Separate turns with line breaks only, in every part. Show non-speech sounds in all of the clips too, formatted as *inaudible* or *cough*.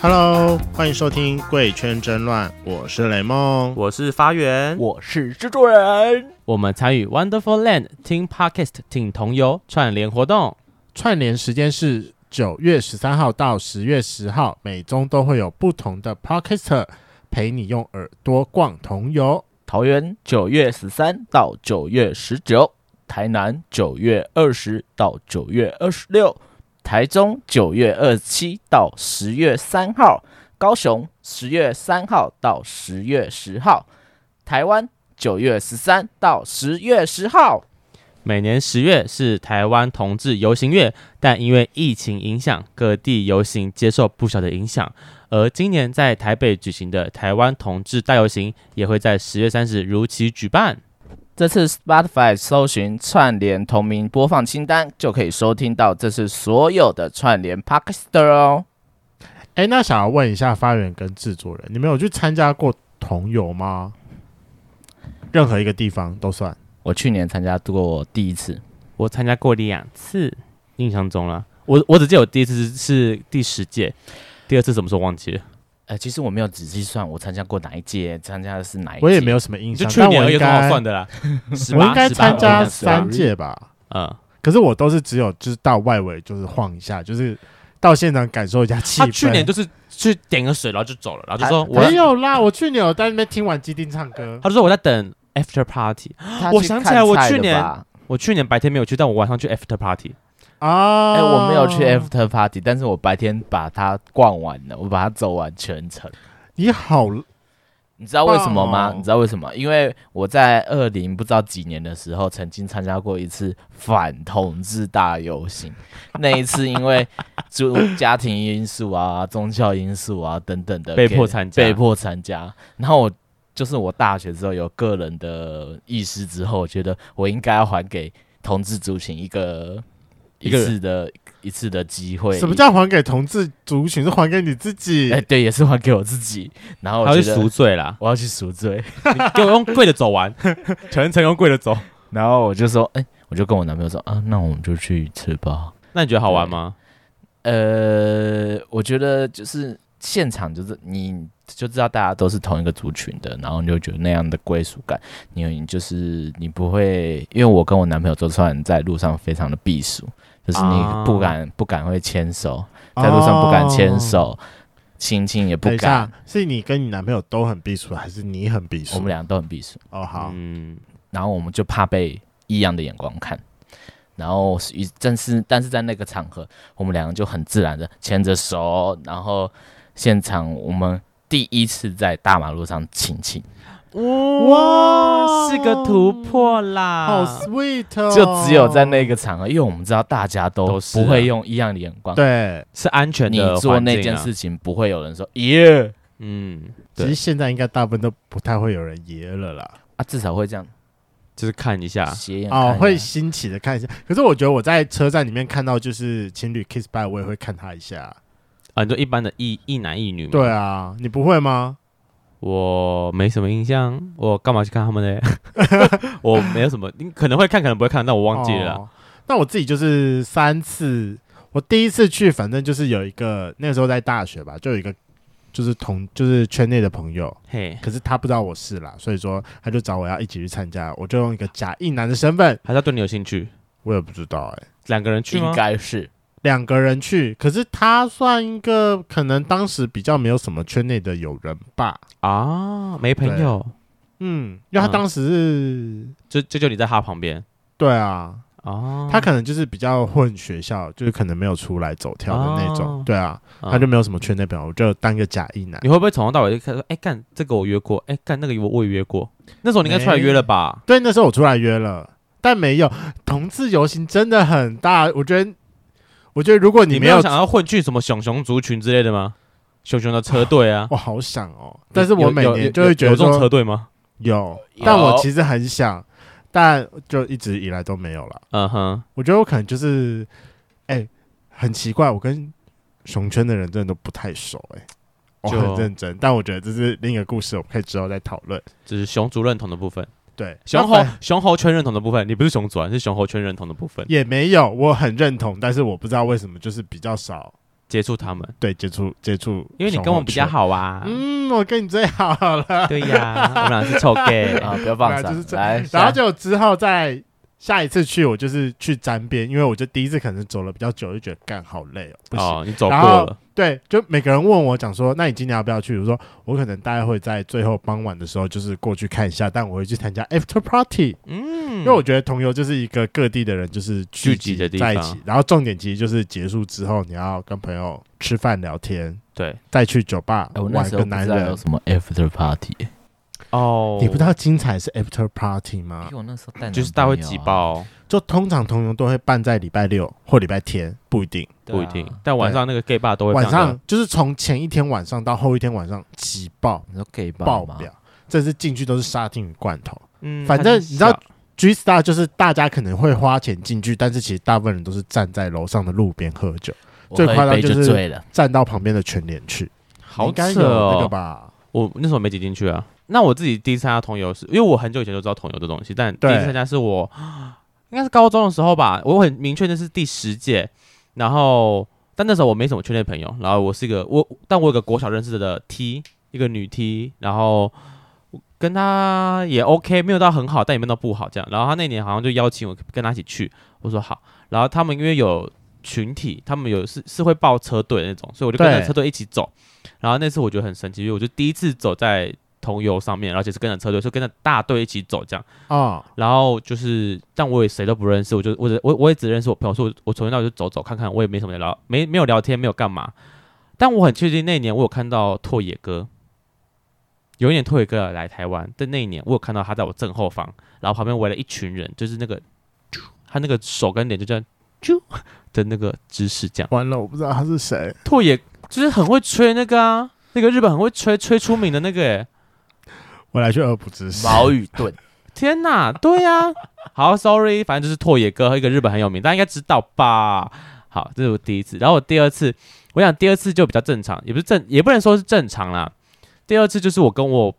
Hello，欢迎收听《贵圈争乱》，我是雷梦。
我是发源，
我是制作人，
我们参与 Wonderful Land Team Podcast 挺同游串联活动，
串联时间是九月十三号到十月十号，每周都会有不同的 Podcaster 陪你用耳朵逛同游。
桃园九月十三到九月十九，台南九月二十到九月二十六，台中九月二十七到十月三号，高雄十月三号到十月十号，台湾九月十三到十月十号。
每年十月是台湾同志游行月，但因为疫情影响，各地游行接受不小的影响。而今年在台北举行的台湾同志大游行，也会在十月三十如期举办。
这次 Spotify 搜寻串联同名播放清单，就可以收听到这次所有的串联 Podcaster 哦。
哎，那想要问一下发源跟制作人，你们有去参加过同游吗？任何一个地方都算。
我去年参加过第一次，
我参加过两次，印象中啦，我我只记得我第一次是是第十届，第二次什么时候忘记了？
呃，其实我没有仔细算我参加过哪一届，参加的是哪一届，
我也没有什么印
就
象，
哎去
但
年
我
有
应
什么好
该
算的啦？ *laughs* 十
我
八
应该
十八
参
哦我想
加
说
三届吧。
嗯，
可是我都是只有就是到外围就是晃一下，就是到现场感受一下气
他
氛。
去年就是去点个水，然后就走了，然后就说
他
我要
没有啦，我去年有在那边听完基丁唱歌，
他就说我在等 after party。
他
我
去
想起
看
来我
菜
去
的
年
吧
我去年白天没有去，但我晚上去 after party。
啊，
哎、我没有去 after party，但是我白天把它逛完了，我把它走完全程。
你好，
你知道为什么吗？
棒哦
你知道为什么？因为我在二零不知道几年的时候，曾经参加过一次反同志大游行。那一次因为就家庭因素啊、宗教因素啊等等的，
被迫参加
被迫参加。然后我就是我大学之后有个人的意识之后，我觉得我应该要还给同志族群一个
一
一
个人
次的一次的机会。
什么？叫还给同志族群？是还给你自己
哎、？对，也是还给我自己。然后
他
我
去
觉
赎
得
罪啦，
我要去赎罪。
你 *laughs* 给我用跪的走 *laughs* 完，全程用跪的走。
然后我就说，哎、我就跟我男朋友说，啊，那我们就去吃吧。
那你觉得好玩吗？
呃，我觉得就是现场就是你就知道大家都是同一个族群的，然后你就觉得那样的归属感，你你就是你不会，因为我跟我男朋友都算在路上非常的避暑，就是你
啊
不敢、不敢会牵手，在路上不敢牵手，亲亲也
哦
不
等一
敢
下，，是你跟你男朋友都很避暑，还是你很避暑？
我们俩都很避暑。
哦，好，
嗯，
然后我们就怕被异样的眼光看。然后是一正是，但是在那个场合，我们两个就很自然的牵着手，然后现场我们第一次在大马路上亲亲，
哇，是个突破啦！
好 sweet，哦
就只有在那个场合，因为我们知道大家
都
都
是啊
不会用异样的眼光，
对。
是安全
你
啊
的、啊
做那件，事情不会有人说耶
嗯，
其
对
实现在应该大部分都不太会有人爷了啦，
啊，至少会这样
就是看一下，
斜眼
哦，
看
会
一下
新奇的看一下。可是我觉得我在车站里面看到就是情侣 kiss by，我也会看他一下。
啊，你就一般的一一男一女嘛。
对，啊，你不会吗？
我没什么印象，我干嘛去看他
*laughs*
们呢？我没有什么，你可能会看，可能不会看，但我忘记了啦。
哦那我自己就是三次，我第一次去，反正就是有一个那个时候在大学吧，就有一个就是同就是圈内的朋友，
嘿，
可是他不知道我是啦，所以说他就找我要一起去参加，我就用一个假一男的身份，
还是要对你有兴趣？
我也不知道哎、
两个人去吗
应？该是
两个人去，可是他算一个可能当时比较没有什么圈内的友人吧，
啊，没朋友，
嗯，因为他
嗯
当时是，
就就就你在他旁边
对啊，
哦，
他可能就是比较混学校，就是可能没有出来走跳的那种，
哦
对啊，
嗯
他就没有什么圈内朋友，我就当一个假意男。
你会不会从头到尾就开始说，哎、干这个我约过，哎、干那个我我也约过，那时候你应该出来约了吧？
对，那时候我出来约了，但没有同志游行真的很大，我觉得，我觉得如果你
你
没
没
有，
有想要混去什么熊熊族群之类的吗？熊熊的车队啊，
我好想哦，但是我
有
每
有
年
有
就会觉得
有这种车
说
队吗？
有，
有
但我其实很想，但就一直以来都没有了。
嗯哼，
我觉得我可能就是，哎、很奇怪，我跟熊圈的人真的都不太熟、哎。我
就
很认真，但我觉得这是另一个故事，我们可以之后再讨论。
就是熊族认同的部分，
对，
熊
那
猴
反
熊猴圈认同的部分，你不是熊族啊，是熊猴圈认同的部分。
也没有，我很认同，但是我不知道为什么就是比较少
接触他们，
对，接触接触，
因为你跟我比较。好啊。
嗯，我跟你最好了。
对呀、 *laughs* 我们俩是臭
*laughs*
gay 哦
啊，不要放
本来就是
闪，
这
来，
然后
啊
下
就之后再下一次去，我就是去沾边，因为我就第一次可能走了比较久，就觉得干好累哦，不行。
哦，你走过
然后
了，
对，就每个人问我讲说，那你今年要不要去？我说我可能大概会在最后傍晚的时候，就是过去看一下，但我会去参加 after party，、
嗯，
因为我觉得同游就是一个各地的人就是聚
聚集的地
在一
方
起，然后重点其实就是结束之后，你要跟朋友吃饭聊天，
对
再去酒吧
哎我那
玩
时候
个
不
男
知道有
人。
什么 after party，欸
啊
哦，
你不知道精彩是 after party 吗
因为？我那时候带男朋友啊
就是大家会挤，爆，哦
就通常同游都会办在礼拜六或礼拜天，不一定。
对啊
不一定，但晚上那个 gay bar 都会
晚
非常的
上就是从前一天晚上到后一天晚上挤爆
你说 gay 吧
爆
吗
表，这次进去都是沙丁鱼罐头。
嗯，
反正
它就是
你知道
小
G Star 就是大家可能会花钱进去，但是其实大部分人都是站在楼上的路边喝酒，
我
最
喝一
夸张
杯
就
就是醉
*laughs*
了。
站到旁边的全联去。
好
应该
扯
有那个
哦，
吧？
我那时候没挤进去啊。那我自己第一次参加同游是，因为我很久以前就知道同游的东西，但第一
对
次参加是我 *gasps* 应该是高中的时候吧，我很明确那是第十届，然后但那时候我没什么圈内朋友，然后我是一个我，但我有个国小认识的 T，一个女 T，然后我跟她也 OK，没有到很好，但也没有到不好这样。然后她那年好像就邀请我跟她一起去，我说好。然后他们因为有群体，他们有是是会报车队的那种，所以我就跟着
对
车队一起走。然后那次我觉得很神奇，因为我就第一次走在同游上面，而且是跟着车队，就跟着大队一起走这样。
哦，
然后就是，但我也谁都不认识，我就我只我我也只认识我朋友，所以我我从头到尾就走走看看，我也没什么聊，没没有聊天，没有干嘛。但我很确定那一年我有看到拓野哥，有一年拓野哥来台湾，但那一年我有看到他在我正后方，然后旁边围了一群人，就是那个他那个手跟脸就这样啾的那个姿势，这样
完了，我不知道他是谁。
拓野就是很会吹那个啊，那个日本很会吹吹出名的那个、欸，
我来去恶补知识。
毛与盾，
天呐，对啊呀、好，sorry，反正就是拓野哥，一个日本很有名，大家应该知道吧？好，这是我第一次，然后我第二次，我想第二次就比较正常，也不是正，也不能说是正常啦。第二次就是我跟我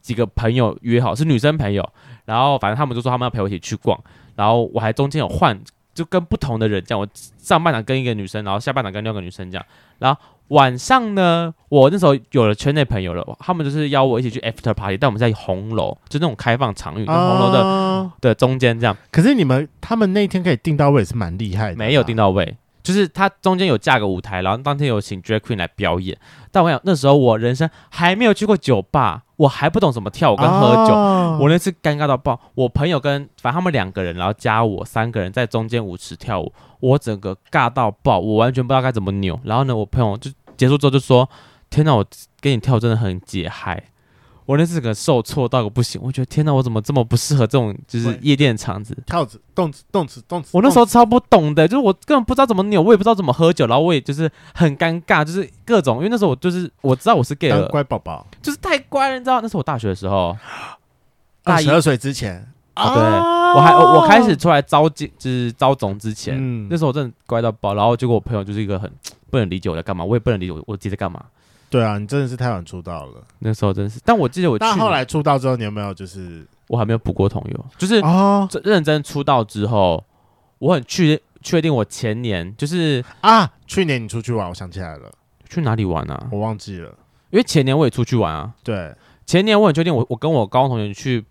几个朋友约好，是女生朋友，然后反正他们就说他们要陪我一起去逛，然后我还中间有换，就跟不同的人这样，我上半场跟一个女生，然后下半场跟另外一个女生这样，然后晚上呢，我那时候有了圈内朋友了，他们就是邀我一起去 after party，但我们在红楼，就那种开放场域，跟红楼的、
哦
的中间这样，
可是你们他们那天可以订到位也是蛮厉害的啊，
没有订到位。就是它中间有架个舞台，然后当天有请 drag queen 来表演。但我想那时候我人生还没有去过酒吧，我还不懂怎么跳舞跟喝酒，
哦
我那次尴尬到爆，我朋友跟反正他们两个人，然后加我三个人在中间舞池跳舞，我整个尬到爆，我完全不知道该怎么扭。然后呢，我朋友就结束之后就说：“天哪，我跟你跳舞真的很解嗨。”我那次整个受挫到个不行，我觉得天哪，我怎么这么不适合这种就是
喂
夜店场子？
跳子动子动子动子。
我那时候超不懂的，就是我根本不知道怎么扭，我也不知道怎么喝酒，然后我也就是很尴尬，就是各种，因为那时候我就是我知道我是 gay
动子当
了，
乖宝宝，
就是太乖了，你知道？那是我大学的时
*gasps*
候，大
二
一
哦十二哦岁之前
啊对我还我我开始出来招进就是招总之前，
嗯
那时候我真的乖到爆，然后结果我朋友就是一个很不能理解我在干嘛，我也不能理解我我自己在干嘛。
对啊，你真的是太晚出道了。
那时候真是，但我记得我去
但后
年
来出道之后，你有没有就是
我还没有补过同游，就是
哦
这认真出道之后，我很确确定我前年就是
啊？去年你出去玩，我想起来了，
去哪里玩啊？
我忘记了。
因为前年我也出去玩啊，
对，
前年我很确定我我跟我高中同学去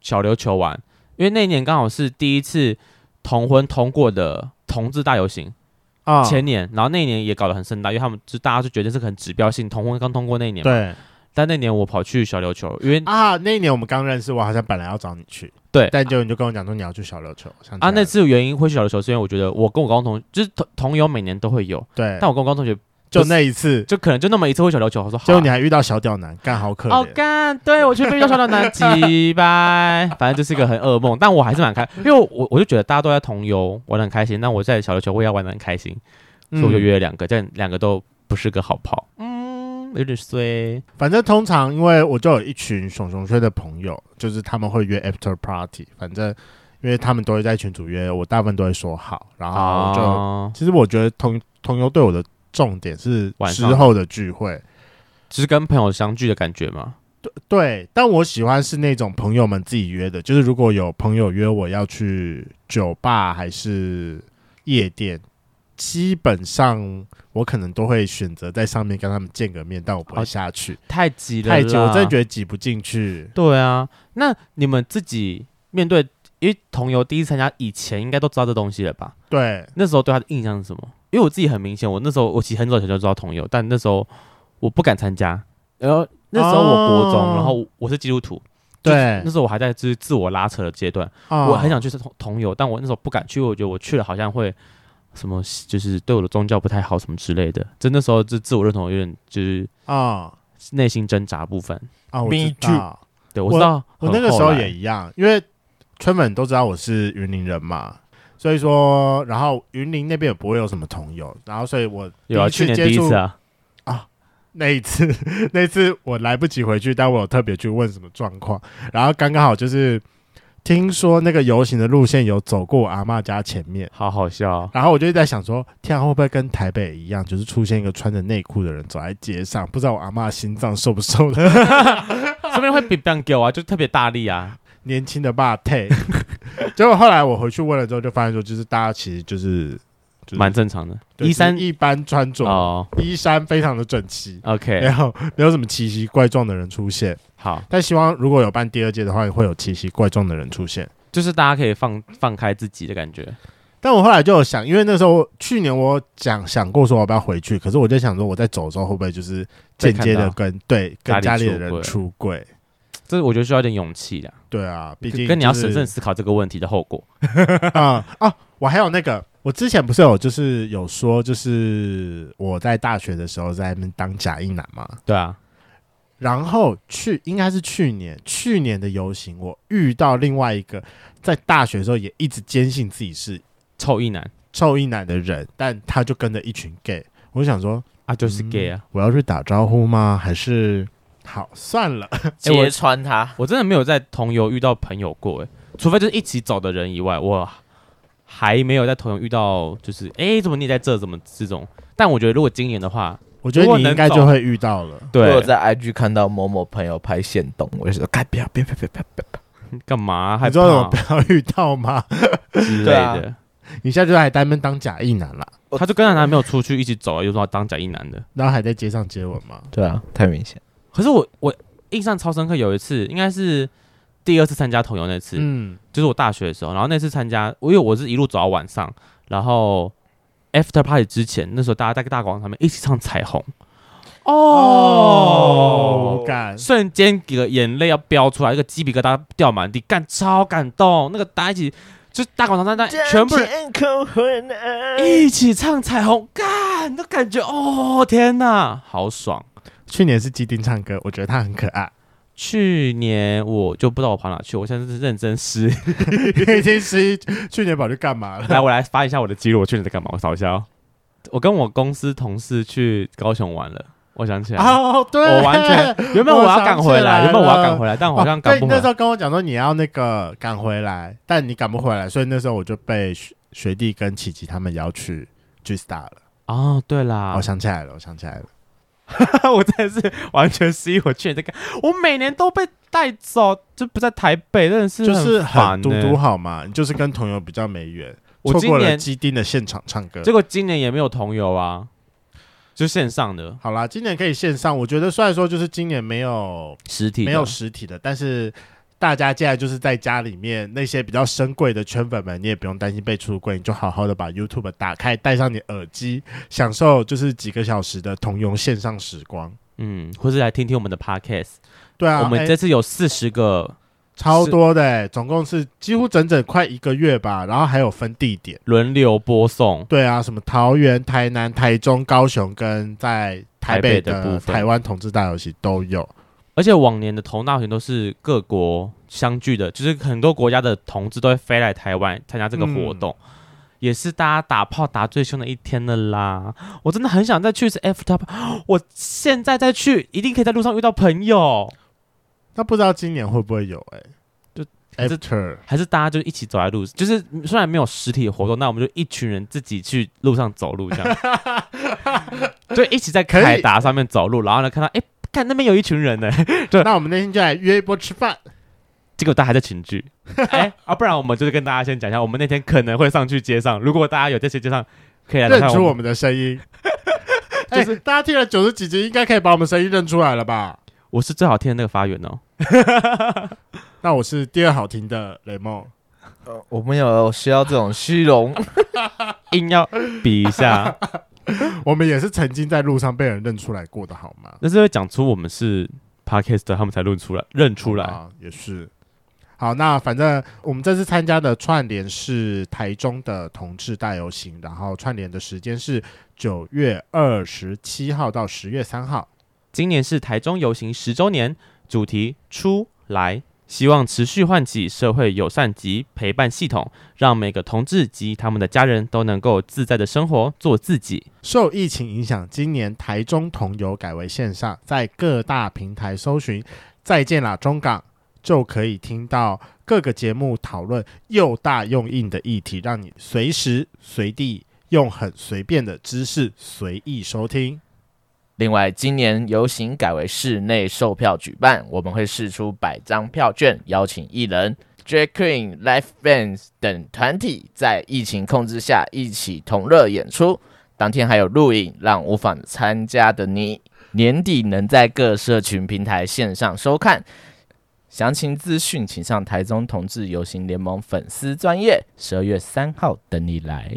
小琉球玩，因为那一年刚好是第一次同婚通过的同志大游行。
啊，
前年，然后那一年也搞得很盛大，因为他们就大家就觉得这是很指标性，同婚刚通过那一年嘛。
对
但那年我跑去小琉球，因为
啊，那一年我们刚认识，我好像本来要找你去，
对
但就你就跟我讲说你要去小琉球，我想起
啊
来
那
了
次原因会去小琉球，是因为我觉得我跟我高中同就是同同游每年都会有，
对，
但我跟我高中同学
就那一次，
就可能就那么一次会去小琉球，我说好
就
啊、
你还遇到小屌男，干好可
哦
怜。
干，对我去被遇到小琉南击败，反正就是一个很噩梦，但我还是蛮开，因为我我就觉得大家都在同游玩的很开心，那我在小琉球我也要玩的很开心，
嗯
所以我就约了两个，但两个都不是个好炮，嗯，有点衰。
反正通常因为我就有一群熊熊圈的朋友，就是他们会约 after party，反正因为他们都会在群组约，我大部分都会说好，然后啊我就、
哦
其实我觉得同同游对我的重点是
晚
之
上
后的聚会。
就是跟朋友相聚的感觉嘛。
对，但我喜欢是那种朋友们自己约的，就是如果有朋友约我要去酒吧还是夜店基本上我可能都会选择在上面跟他们见个面，但我不会
好
下去，
太挤了
太
啦，
久，我真的觉得挤不进去。
对啊，那你们自己面对，因为同游第一次参加，以前应该都知道这东西了吧？
对，
那时候对他的印象是什么？因为我自己很明显，我那时候我其实很早以前就知道同游，但那时候我不敢参
嗯
加。然后那时候我国中，
哦
然后我我是基督徒，就是
对啊
那，时候我还在就是自我拉扯的阶段，我
我
很想去同同游，但我那时候不敢去，因为我觉得我去了好像会什么，就是对我的宗教不太好什么之类的。就那时候就自我认同有点就是
啊
内心挣扎部分。
啊，我
Me
知道
对我知道
我
很
那个时
后
候
来
也一样，因为圈粉都知道我是云林人嘛，所以说，然后云林那边也不会有什么同友，然后所以我
有啊，
第一次
去年
接
第一
触
次啊，
那一次， *laughs* 那一次我来不及回去，但我有特别去问什么状况，然后刚刚好就是听说那个游行的路线有走过我阿嬷家前面。
好好笑哦、
*laughs* 然后我就一直在想说，天啊，会不会跟台北一样，就是出现一个穿着内裤的人走在街上，不知道我阿嬷心脏受不受得
说不定会比 bang 给我啊，就特别大力啊。
*laughs* 年轻的霸退。
*laughs*
结果后来我回去问了之后，就发现说，就是大家其实就是就是
蛮正常的。
对
一三
就是一般穿着，
哦
衣衫非常的整齐，没
，OK，
有没有什么奇奇怪状的人出现。
好，
但希望如果有办第二届的话，会有奇奇怪状的人出现。
就是大家可以放放开自己的感觉。
但我后来就有想，因为那时候去年我讲想过说我要不要回去，可是我就想说我在走的时候会不会就是间接的
被看到
跟对跟
家
家
里
里
出
的人
柜
出柜，
这我觉得需要一点勇气的，
对啊，毕竟
跟你要
就是
审慎思考这个问题的后果。
啊、哦，我还有那个，我之前不是有就是有说，就是我在大学的时候在那边当假一男嘛，
对啊，
然后去应该是去年去年的游行，我遇到另外一个在大学的时候也一直坚信自己是
臭一男
臭一男的人，但他就跟着一群 gay，我就想说嗯
啊，就是 gay 啊。
我要去打招呼吗？还是好算
*laughs*
了，
我
揭穿他，
我真的没有在同游遇到朋友过，哎，除非就是一起走的人以外，我还没有在同游遇到，就是哎，怎么你也在这，怎么这种。但我觉得如果今年的话，
我觉
如
得
果
你应
能
该
走
就会遇到了。
我有
对，
在 IG 看到某某朋友拍现动，我就说，该不要不要不要不要不要，
干嘛害
你知道
怕
我不要遇到吗？ *laughs*
之类
对啊
的？
你现在就还单边当假一男了，
我
他就跟着男朋友出去一起走啊，又说要当假一男的。
然后还在街上接吻吗？
对啊，太明显，
可是我我印象超深刻，有一次应该是第二次参加同游那次，
嗯，
就是我大学的时候，然后那次参加，因为我是一路走到晚上，然后 after party 之前，那时候大家在大广场上面一起唱彩虹，
哦，
哦
无感，
瞬间几个眼泪要飙出来，一个鸡皮疙瘩掉满地，干超感动，那个大家一起就大广场上大家全部人
天空昏暗
一起唱彩虹，干，那感觉哦天哪，好爽。
去年是基丁唱歌，我觉得他很可爱， *laughs*
去年我就不知道我跑哪去，我现在是认真失忆
已经是去年跑去干嘛了？
*laughs* 来，我来翻一下我的记录，我去年在干嘛？我扫一下哦。我跟我公司同事去高雄玩了，我想起来了，
哦，对，
我完 *laughs* 全原本啊我要赶回来，
我想起来了
原本我要赶回来，但我好像
哦
赶
对
不
你
回
那时
来。
候跟我讲说你要那个赶回来，但你赶不回来，所以那时候我就被学学弟跟琪琪他们邀去 G Star 了。
哦，对啦
我，想起来了，我想起来了。
*laughs* 我真的是完全失忆，我去年在干，我每年都被带走，就不在台北，真的是
就是
很欸
很
嘟
嘟
嘟
嘟。好嘛，你就是跟朋友比较没缘，
我
错
今
过了
年
基丁的现场唱歌
结。果今年也没有同游啊，就线上的
好啦，今年可以线上，我觉得虽然说就是今年没有
实体的
没有实体的，但是大家现在就是在家里面那些比较深贵的圈粉们，你也不用担心被出柜，你就好好的把 YouTube 打开，戴上你耳机，享受就是几个小时的同游线上时光。
嗯，或是来听听我们的 podcast。
对啊，
我们
哎
这次有四十个
超多的、哎总共是几乎整整快一个月吧，然后还有分地点。
轮流播送，
对啊，什么桃园、台南、台中、高雄跟在台北
台北的部
的
分
台湾同志大游戏都有。
而且往年的同大游行都是各国相聚的，就是很多国家的同志都会飞来台湾参加这个活动，也是大家打炮打最凶的一天了啦。我真的很想再去一次 F Top，我现在再去一定可以在路上遇到朋友，
那不知道今年会不会有、哎，
就这
after
还是大家就一起走在路，就是虽然没有实体活动，那我们就一群人自己去路上走路这样，就一起在
可以
凯达上面走路，然后呢看到哎。看那边有一群人呢、
那我们那天就来约一波吃饭。
结果大家还在
*laughs*
群聚。哎、啊，不然我们就是跟大家先讲一下，我们那天可能会上去街上，如果大家有在街上可以来
认
看
出我
我们。
们的声音。哎、大家听了九十几集，应该可以把我们声音认出来了吧？
我是最好听的那个发源哦。
那我是第二好听的雷梦，
呃我们有需要这种虚荣，
硬要比一下，
我们也是曾经在路上被人认出来过的，好吗？
那是会讲出我们是 podcast，他们才认出来，认出来。
啊，也是。好，那反正我们这次参加的串联是台中的同志大游行，然后串联的时间是九月二十七号到十月三号。
今年是台中游行十周年，主题出来，希望持续唤起社会友善及陪伴系统，让每个同志及他们的家人都能够自在的生活，做自己。
受疫情影响，今年台中同游改为线上，在各大平台搜寻“再见啦中港”，就可以听到各个节目讨论又大又硬的议题，让你随时随地用很随便的知识随意收听。
另外，今年游行改为室内售票举办，我们会试出百张票券，邀请艺人、Drag Queen、l i f e Bands 等团体在疫情控制下一起同乐演出。当天还有录影，让无法参加的你年底能在各社群平台线上收看。详情资讯，请上台中同志游行联盟粉丝专业，十二月三号等你来。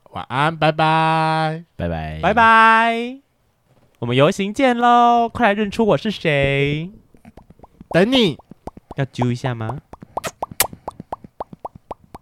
晚安，拜拜。
拜拜，
哎拜。拜，我们游行见喽！快来认出我是谁，
等你。
要揪一下吗？